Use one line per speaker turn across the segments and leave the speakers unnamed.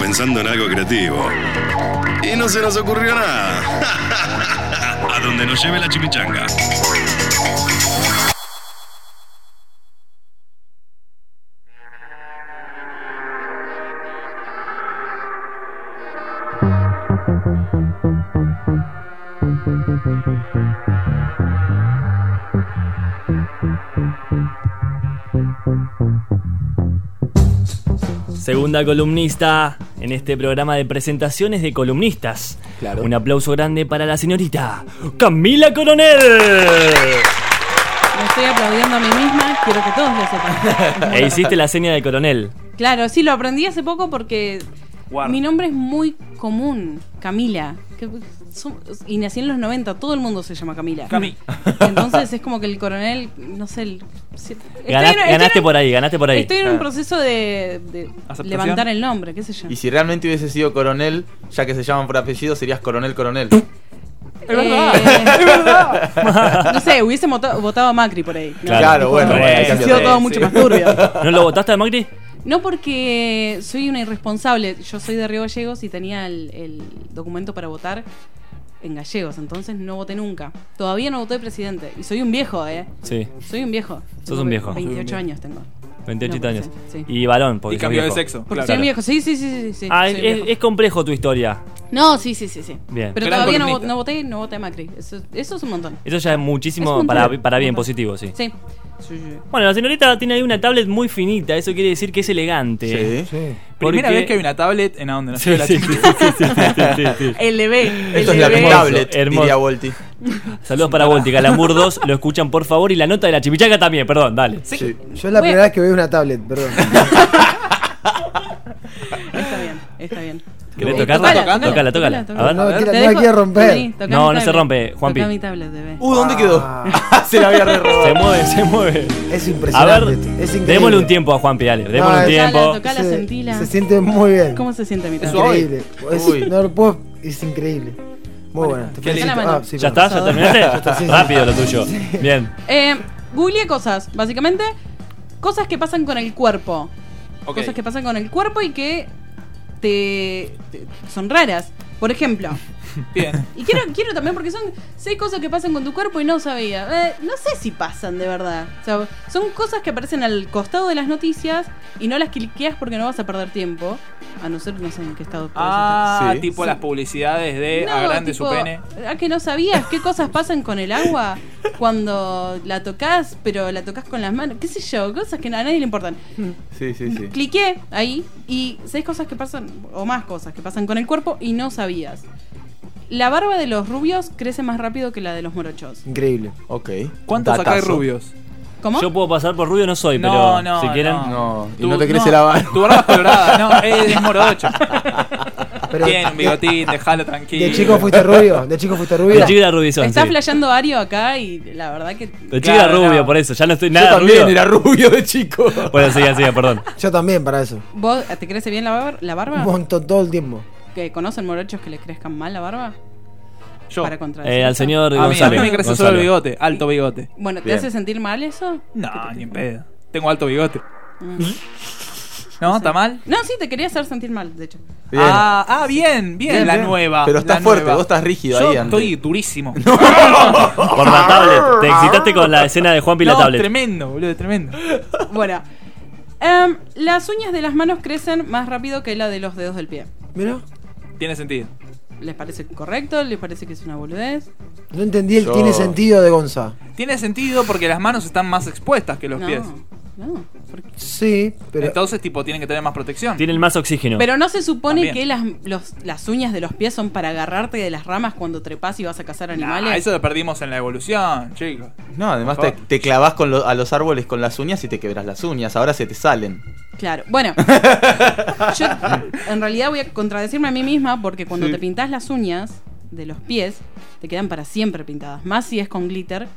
pensando en algo creativo. Y no se nos ocurrió nada. A donde nos lleve la chimichanga.
Segunda columnista en este programa de presentaciones de columnistas.
Claro.
Un aplauso grande para la señorita Camila Coronel.
Me estoy aplaudiendo a mí misma, quiero que todos lo sepan.
E hiciste la seña de coronel.
Claro, sí, lo aprendí hace poco porque
Guarda.
mi nombre es muy común, Camila. Que son- y nací en los 90, todo el mundo se llama Camila.
Cami.
Entonces es como que el coronel, no sé, el- si- estoy
Gana-
en- estoy
ganaste
en-
por ahí, ganaste por ahí. Ah.
Estoy en un proceso de, de
¿Aceptación?
levantar el nombre, qué sé yo.
Y si realmente hubiese sido coronel, ya que se llaman por apellido, serías coronel coronel.
Es verdad. es verdad. Eh, No sé, hubiese mota- votado a Macri por ahí.
Claro.
Claro, bueno,
Re,
bueno, ahí
Ha
cambió
sí,
sido
todo.
todo mucho más turbio.
¿No lo votaste a Macri?
No porque soy una irresponsable. Yo soy de Río Gallegos y tenía el, el documento para votar en gallegos, entonces no voté nunca. Todavía no voté presidente. Y soy un viejo, ¿eh?
Sí,
Soy un viejo.
Sos un viejo.
28
Soy un viejo.
años tengo.
28
No,
años.
sí, sí.
Y varón, porque
Y
sos
cambió de
viejo.
sexo.
Porque
claro.
soy un viejo. Sí, sí, sí, sí. sí.
Ah,
soy un
es,
viejo.
es complejo tu historia.
No, sí, sí, sí. sí.
Bien.
Pero
Gran
todavía no, vo-
columnista.
no voté, no voté a Macri. Eso, eso es un montón.
Eso ya es
Es
muchísimo
un
para,
montón.
para bien,
Un montón.
positivo, sí.
Sí. Sí, sí, sí.
Bueno, la señorita tiene ahí una tablet muy finita, eso quiere decir que es elegante.
Sí.
Primera
Porque-
vez que hay una tablet en a donde no
Sí,
la
sí,
chica.
sí, sí, sí, sí, sí, sí.
LB.
Esto es
Hermoso,
lamentable,
hermoso.
diría Volti.
Saludos para Volti, Calamur 2, lo escuchan por favor y la nota de la chimichanga también, perdón, dale.
Sí.
Yo es
Voy
la
a-
primera vez que veo una tablet, perdón.
Está bien, está bien.
¿Querés
Eh,
tocarla?
Tocala,
Tócala, tócala. A ver.
No,
ver,
tira-
Te
no la
dejo-
quiere romper.
Vení, toca
No,
mi
no se
tablet.
rompe, Juanpi.
Toca mi tablet, bebé.
Uh, ¿dónde quedó?
Ah.
Se la había re
Se mueve, se mueve.
Es
A
impresionante.
ver,
esto, es increíble. Ah,
démosle un tiempo a Juanpi, dale, démosle un
No,
tiempo.
Tocala, tocala,
Se-
sentila.
Se siente muy bien.
¿Cómo se siente mi
Es
tablet?
suave?
increíble. Es,
Uy.
no lo puedo. Es increíble. Muy bueno. Te
Qué lindo.
felicito. Ah, sí,
¿Ya
perdón.
está? ¿Ya terminaste?
está, sí, sí.
Rápido lo tuyo. Bien.
Eh, googleé cosas, básicamente. Cosas que pasan con el cuerpo.
Ok.
Cosas que pasan con el cuerpo y que te, te- son raras. Por ejemplo.
Bien.
Y quiero, quiero también, porque son seis cosas que pasan con tu cuerpo y no sabía. Eh, no sé si pasan de verdad. O sea, son cosas que aparecen al costado de las noticias y no las cliqueas porque no vas a perder tiempo. A no ser que no sé en qué estado. puedes
Ah,
Sí.
tipo las publicidades de
No,
agrande
tipo,
su pene.
¿A que no sabías qué cosas pasan con el agua cuando la tocas, pero la tocas con las manos? ¿Qué sé yo? Cosas que a nadie le importan.
Sí, sí, sí.
Cliqué ahí y seis cosas que pasan, o más cosas que pasan con el cuerpo y no sabías. La barba de los rubios crece más rápido que la de los morochos.
Increíble.
Ok.
¿Cuántos acá hay
Datazo.
rubios?
¿Cómo?
Yo puedo pasar por rubio, no soy, pero
No, no,
si quieren.
No, y
Tu-
no te crece la barba.
Tu barba es colorada, no, es, es morocho.
Pero,
Bien, un bigotín, déjalo tranquilo.
¿De chico fuiste rubio? ¿De chico fuiste rubio?
La chica era rubizón.
Está
sí.
flasheando Ario acá y la verdad que.
La chica era
Claro,
rubio,
no.
por eso, ya no estoy
Yo
nada
también
rubio.
era rubio de chico.
Bueno, siga, siga, perdón.
Yo también para eso.
¿Vos eh, te crece bien la barba? ¿La
Un
barba?
montón todo el tiempo.
¿Que conocen morochos que le crezcan mal la barba?
Yo.
Para
a, mí,
contradecir.
Eh, al
eso.
señor
a mí
Gonzalo.
me crece solo
Gonzalo.
el bigote, alto bigote.
Bueno, ¿te
Bien.
hace sentir mal eso?
No, ni en pedo. Tengo alto bigote.
Mm.
¿No? ¿Está mal?
No, sí, te quería hacer sentir mal, de hecho.
Bien.
Ah, ah, bien, bien,
Bien,
la
bien.
nueva.
Pero estás
la
fuerte,
nueva.
vos estás rígido
Yo
ahí antes.
Estoy durísimo.
Por la tablet. Te excitaste con la escena de Juanpi y la
No,
tablet.
tremendo, boludo, tremendo.
Bueno. Em, las uñas de las manos crecen más rápido que la de los dedos del pie.
Mira,
Tiene sentido.
¿Les parece correcto? ¿Les parece que es una boludez?
no entendí el
Yo-
tiene sentido de Gonza.
Tiene sentido porque las manos están más expuestas que los
no,
pies.
no. ¿por qué?
Sí, pero.
Entonces, tipo, tienen que tener más protección.
Tienen más oxígeno.
Pero no se supone
También.
que las, los- las uñas de los pies son para agarrarte de las ramas cuando trepas y vas a cazar
Nah,
animales.
Ah, eso lo perdimos en la evolución, chicos.
No, además te, te clavas con lo- a los árboles con las uñas y te quebras las uñas. Ahora se te salen.
Claro. Bueno, yo en realidad voy a contradecirme a mí misma porque cuando te pintas las uñas de los pies, te quedan para siempre pintadas. Más si es con glitter.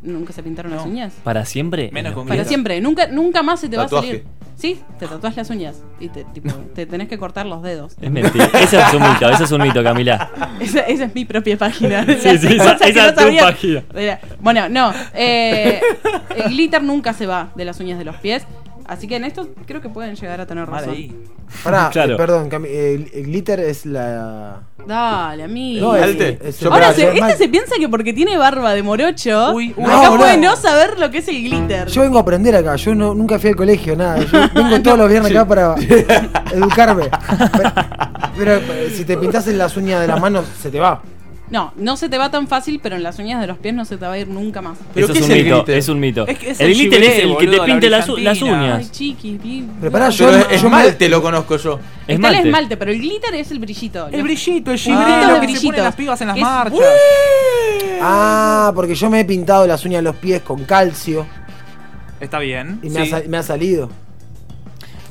¿Nunca se pintaron las
No.
uñas?
¿Para siempre?
Menos con
Para
Mira.
siempre, nunca, nunca más se te va a
Tatuaje.
salir. Sí, te tatuás las uñas y te, tipo, te tenés que cortar los dedos.
Es mentira. Ese es un mito, ese es un mito, Camila.
Esa, esa es mi propia página.
Sí, sí, esa-
Cosas que
esa es tu
sabía.
página.
Era- Bueno, no. eh, el glitter nunca se va de las uñas de los pies. Así que en esto creo que pueden llegar a tener
Mal
razón.
ahí.
Pará,
Claro.
eh, perdón, Cami- eh, el, el glitter es la.
Dale, amigo.
No, el,
Alte.
el- el-
Ahora, se-
yo-
este
mal-
se piensa que porque tiene barba de morocho,
Uy, uy.
acá
No,
puede
no.
no saber lo que es el glitter.
Yo vengo a aprender acá, yo no- nunca fui al colegio, nada. Yo vengo todos los viernes acá para educarme. Pero, pero, eh, si te pintas en las uñas de las manos, se te va.
No, no se te va tan fácil, pero en las uñas de los pies no se te va a ir nunca más.
¿Pero
Eso
qué
es un
es el
mito,
glitter?
es un mito.
Es que es
el
el
glitter es
chivete,
el que te
boludo, la
pinte las, u-
brillantina.
las
Ay,
uñas.
chiquis, vi.
Pero pará, yo.
Pero es, es
yo me-
malte lo conozco yo.
Está
Esmalte.
el esmalte, pero el glitter es el brillito.
El brillito, el
Ah, Los
gibrito,
los
lo que se ponen las pibas en las
que es-
marchas.
Ah, porque yo me he pintado las uñas de los pies con calcio
Está bien.
y me,
sí.
ha, sal- me ha salido.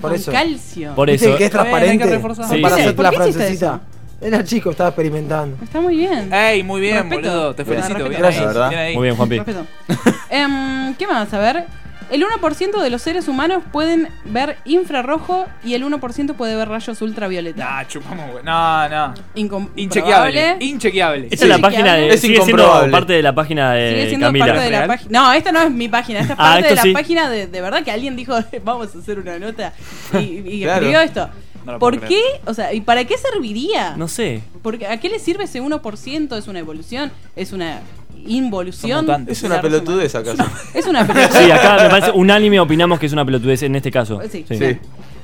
Por
Con
eso.
calcio.
Por e-
¿Viste
eso.
que es
Bueno, hay que
transparente?
reforzar.
Sí,
para
sí.
hacerte
¿Por
la
qué hiciste
francesita. Era chico, estaba experimentando.
Está muy bien.
Ey, muy bien,
Respeto.
boludo. Te
Bien,
felicito.
respeto.
Bien,
Gracias,
ahí,
¿verdad?
bien ahí.
Muy bien, Juanpi.
Respeto. Em, ¿Qué más? A ver. El 1% de los seres humanos pueden ver infrarrojo y el 1% puede ver rayos ultravioleta.
Nah, chupamos, güey. No, no.
Incom-
Inchequeable.
probable.
Inchequeable.
Esta es la
Sí,
página
que
de.
es
sigue siendo
incomprobable.
parte de la página
Sigue
de
siendo
Eh, Camila.
parte de la
¿Real?
página. No, esta no es mi página, esta es
Ah,
parte de
esto
la
sí.
página de, de verdad que alguien dijo, vamos a hacer una nota. Y, y
Claro.
escribió esto.
No lo puedo
¿Por
creer.
qué? O sea, ¿y para qué serviría?
No sé.
Porque ¿a qué le sirve ese 1%? ¿Es una evolución? ¿Es una
Son
involución?
mutantes.
Es una pelotudez acaso.
Es una pelotudez.
Sí, acá me parece unánime opinamos que es una pelotudez en este caso.
Sí.
Sí.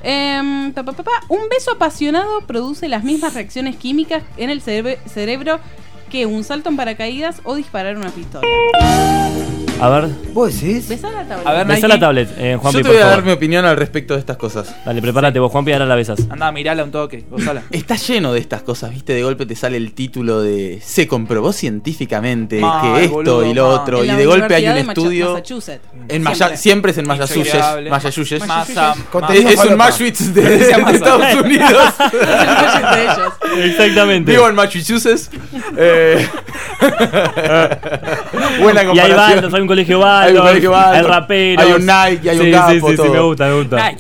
Em, pa, pa, pa, pa. Un beso apasionado produce las mismas reacciones químicas en el cerebe- cerebro que un salto en paracaídas o disparar una pistola.
A ver,
¿Vos decís?
Besá la tabla.
A ver,
besá
Nike.
la tablet, eh, Juanpi,
Yo te
por
voy a
favor.
dar mi opinión al respecto de estas cosas.
Dale, prepárate vos, Juanpi, ahora la besas.
Andá, mirala un toque. Gonzala.
Está lleno de estas cosas, viste, de golpe te sale el título de se comprobó científicamente
Mal,
que esto
boludo,
y lo
mal.
otro,
En
y
la
de golpe hay
Universidad
un
de Macha-
estudio
Massachusetts.
en Maya- siempre es en Massachusetts,
Inchequeable.
Massachusetts.
Masa.
Conte-
Es, es un
Falopa.
Massachusetts de, de Estados Unidos.
Entre ellos.
Exactamente.
Vivo en Massachusetts. Eh, Buena comparación.
y hay baldos, hay un colegio baldos,
Hay un colegio Baldos,
hay raperos.
hay un Nike, hay
sí,
un
Sí,
Gapo,
sí, sí,
todo.
me gusta, me gusta.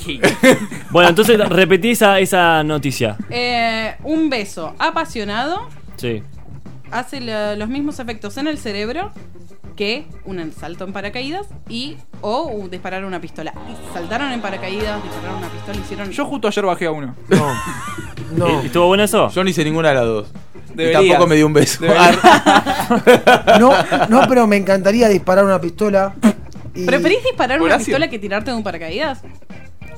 Bueno, entonces repetí esa, esa noticia.
Eh, un beso apasionado
Sí.
hace lo- los mismos efectos en el cerebro que un salto en paracaídas y o u- disparar una pistola. Y saltaron en paracaídas, dispararon una pistola, hicieron
Yo justo ayer bajé a uno.
No. No.
¿Y- ¿E-, ¿Estuvo bueno eso?
Yo no hice ninguna de las dos. Y
Deberías.
tampoco me dio un beso. Ah,
Deberías.
No, no, pero me encantaría disparar una pistola. y-
¿Preferís disparar una
Horacio.
pistola que tirarte de un paracaídas?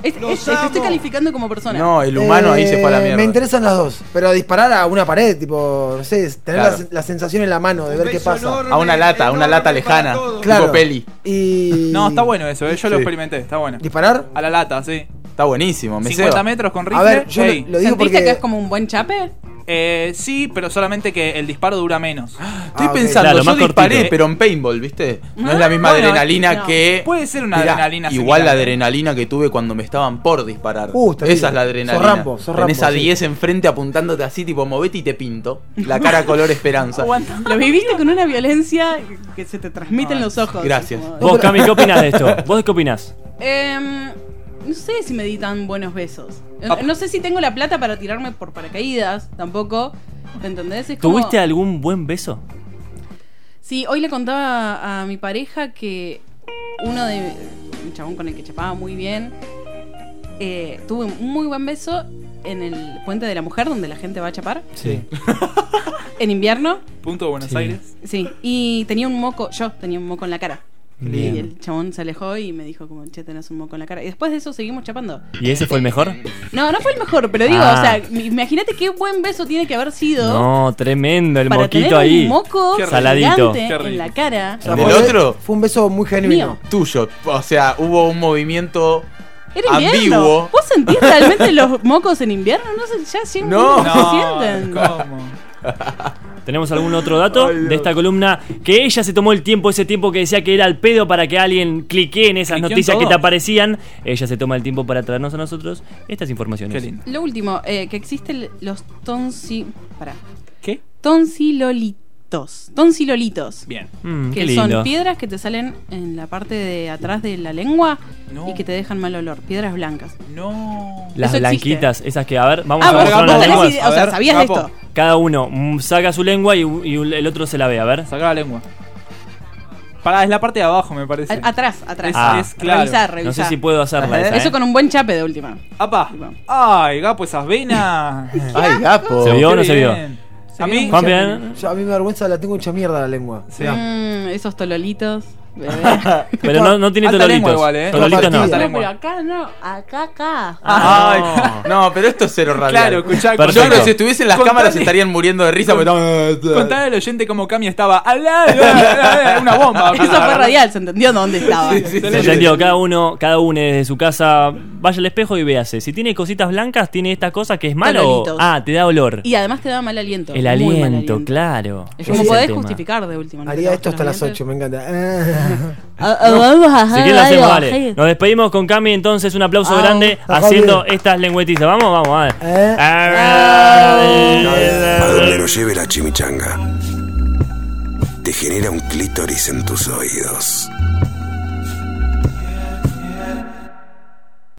Es- es- te estoy calificando como persona.
No, el humano ahí se fue a la
Eh,
mierda.
Me interesan las dos. Pero disparar a una pared, tipo, no sé, tener
Claro.
la, la sensación en la mano de ver qué pasa.
A una lata, a una lata lejana. Tipo peli.
Y.
No, está bueno eso, eh, yo lo
Sí.
experimenté, está bueno.
¿Disparar?
A la lata, sí.
Está buenísimo, me
50
ceba.
metros con rifle.
A ver, yo
ey.
lo, lo digo
¿Sentiste
porque.
que es como un buen chape?
Eh, sí, pero solamente que el disparo dura menos.
Estoy
Ah, ok.
pensando,
Claro,
yo
más
disparé,
cortito. eh.
pero en paintball, ¿viste? No es la misma
Bueno,
adrenalina
no.
que.
Eh, Puede ser una
Mirá,
adrenalina
Igual la
similar. ¿eh?
adrenalina que tuve cuando me estaban por disparar.
Uh, está
Esa
bien.
es la adrenalina.
Sos Rambo, sos Rambo,
Tenés a
sí.
10 enfrente apuntándote así, tipo, movete y te pinto. La cara color esperanza.
Aguanta.
Lo viviste con una violencia que se te transmite
Ah,
en los ojos.
Gracias.
Como-
Vos, Cami, ¿qué opinás de esto? ¿Vos qué opinás?
Em, no sé si me di tan buenos besos. No, no sé si tengo la plata para tirarme por paracaídas, tampoco. ¿Me entendés? Es como-
¿Tuviste algún buen beso?
Sí, hoy le contaba a mi pareja que uno de. Un chabón con el que chapaba muy bien. eh, tuve un muy buen beso en el Puente de la Mujer, donde la gente va a chapar.
Sí.
En invierno.
Punto Buenos
Sí.
Aires.
Sí. Y tenía un moco. Yo tenía un moco en la cara. Y
Bien.
el chabón se alejó y me dijo como, che, tenés un moco en la cara. Y después de eso seguimos chapando.
¿Y ese fue el mejor?
No, no fue el mejor, pero digo,
Ah.
o sea, mi- imagínate qué buen beso tiene que haber sido
No, tremendo, el
para tener
moquito
un
ahí.
moco
Qué rico.
Saladito.
gigante
Qué
en
rico.
la cara.
Hermoso.
¿El otro?
Fue un beso muy genuino.
Mío.
Tuyo. O sea, hubo un movimiento.
Era invierno.
Ambiguo.
¿Vos sentís realmente los mocos en invierno? No sé, ya siempre
No.
No,
se sienten.
¿cómo?
¿Tenemos algún otro dato de esta columna? Que ella se tomó el tiempo, ese tiempo que decía que era al pedo para que alguien clique en esas
Cliqueó en
noticias que
todo.
te aparecían. Ella se toma el tiempo para traernos a nosotros estas informaciones.
Qué lindo.
Lo último, eh, que existen los tonsi... Pará.
¿Qué?
Tonsilolitos. Tonsilolitos.
Bien.
Mm, qué
Que
lindo.
son piedras que te salen en la parte de atrás de la lengua
No.
y que te dejan mal olor. Piedras blancas.
No.
Las
Eso existe.
blanquitas, esas que, a ver, vamos
Ah,
a
vos,
ver
Gapo,
vos
las
tenés
lenguas.
idea- o
A
sea,
ver,
sabías
Gapo.
esto.
Cada uno mm, saca su lengua y, y el otro se la ve, a ver.
Sacá la lengua. Pará, es la parte de abajo, me parece.
Al- atrás, atrás.
Es-
Ah.
es claro.
Revisar,
No
revisar.
sé si puedo hacerla.
Ajá.
esa,
Eso
¿eh?
con un buen chape de última.
¡Apa! ¡Ay, gapo, esas venas!
Ay, gapo.
Se vio. o no se vio?
Bien.
Se
A
vio
mí.
mucho.
Juan Pian,
Yo, a mí me da vergüenza, la tengo hecha mierda la lengua.
Sí.
Mm, esos tololitos. bebé.
Pero no, no tiene
Alta lengua
tololitos.
igual, ¿eh?
Tololitos no.
Alta
No,
lengua.
pero acá no, acá, acá.
Ay,
Ah, No, pero esto es cero radial.
Ah, claro, escuchá.
Perfecto.
Yo
contá-
creo que si estuviesen las
Contale-
cámaras estarían muriendo de risa. porque
Contale al oyente cómo Cami estaba. ¡Alá! alá, alá, Una bomba.
Eso fue radial, se entendió dónde estaba.
Sí, sí, sí.
Se entendió, cada uno, cada uno desde su casa, vaya al espejo y véase. Si tiene cositas blancas, tiene estas cosas que es malo.
Tololitos.
Ah, te da olor.
Y además te da mal aliento.
El
muy mal
aliento, claro.
Es
Ese
como
es el
podés
tema.
justificar de última. ¿no?
Haría
Te
esto hasta
trabajas
las
con
8, me encanta.
Vamos a
Si quieren lo hacemos, vale. Nos despedimos con Cami, entonces un aplauso
Au.
grande
Au,
haciendo
Javier.
estas lengüetizas. Vamos, vamos, a ver.
Eh.
A donde nos lleve la chimichanga, te genera un clítoris en tus oídos.